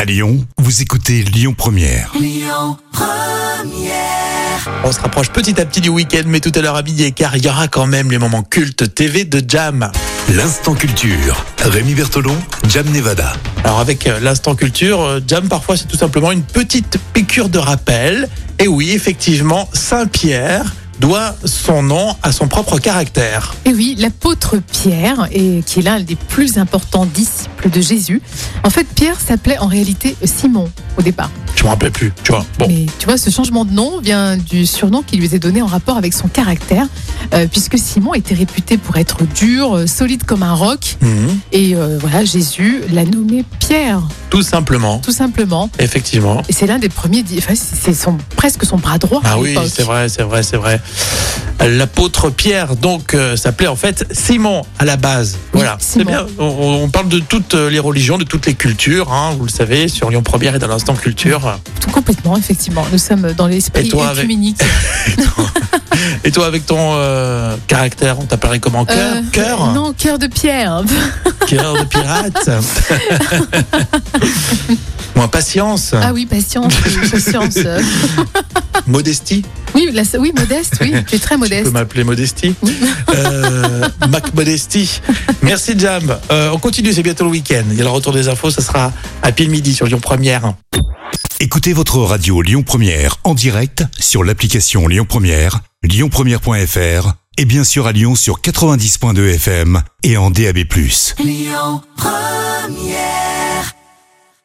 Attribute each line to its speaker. Speaker 1: À Lyon, vous écoutez Lyon Première.
Speaker 2: On se rapproche petit à petit du week-end, mais tout à l'heure à midi, car il y aura quand même les moments cultes TV de Jam.
Speaker 1: L'instant culture. Rémi Bertolon, Jam Nevada.
Speaker 2: Alors avec euh, l'instant culture, euh, Jam parfois c'est tout simplement une petite piqûre de rappel. Et oui, effectivement, Saint-Pierre doit son nom à son propre caractère.
Speaker 3: Et oui, l'apôtre Pierre, et qui est l'un des plus importants disciples de Jésus. En fait, Pierre s'appelait en réalité Simon au départ.
Speaker 2: Je me rappelle plus, tu vois. Bon,
Speaker 3: Mais tu vois, ce changement de nom vient du surnom qui lui était donné en rapport avec son caractère, euh, puisque Simon était réputé pour être dur, euh, solide comme un roc.
Speaker 2: Mhm.
Speaker 3: Et euh, voilà, Jésus l'a nommé Pierre,
Speaker 2: tout simplement,
Speaker 3: tout simplement.
Speaker 2: effectivement.
Speaker 3: Et c'est l'un des premiers, di- enfin, c'est son, presque son bras droit.
Speaker 2: Ah
Speaker 3: à
Speaker 2: oui,
Speaker 3: l'époque.
Speaker 2: c'est vrai, c'est vrai, c'est vrai. L'apôtre Pierre, donc, euh, s'appelait en fait Simon à la base.
Speaker 3: Oui,
Speaker 2: Voilà, c'est
Speaker 3: Simon.
Speaker 2: bien. On, on parle de toutes euh, les religions, de toutes les cultures, hein, vous le savez, sur Lyon Première et dans l'instant culture.
Speaker 3: Tout complètement, effectivement. Nous sommes dans l'esprit
Speaker 2: Et toi, avec-
Speaker 3: écuménique.
Speaker 2: Et toi, avec ton euh, caractère, on t'appellerait comment Cœur
Speaker 3: Euh,
Speaker 2: Cœur
Speaker 3: Non, cœur de pierre.
Speaker 2: Cœur de pirate Moins patience
Speaker 3: Ah oui, patience, oui, patience.
Speaker 2: Modestie
Speaker 3: Oui, la- oui, modeste, oui, tu es très
Speaker 2: Tu
Speaker 3: modeste.
Speaker 2: peux m'appeler Modestie euh, Mac Modestie Merci Jam Euh, On continue, c'est bientôt le week-end. Il y a le retour des infos, ça sera à pile midi sur Lyon Première.
Speaker 1: Écoutez votre radio Lyon Première en direct sur l'application Lyon Première, lyonpremière.fr et bien sûr à Lyon sur 90.2 FM et en DAB+.
Speaker 4: Lyon Première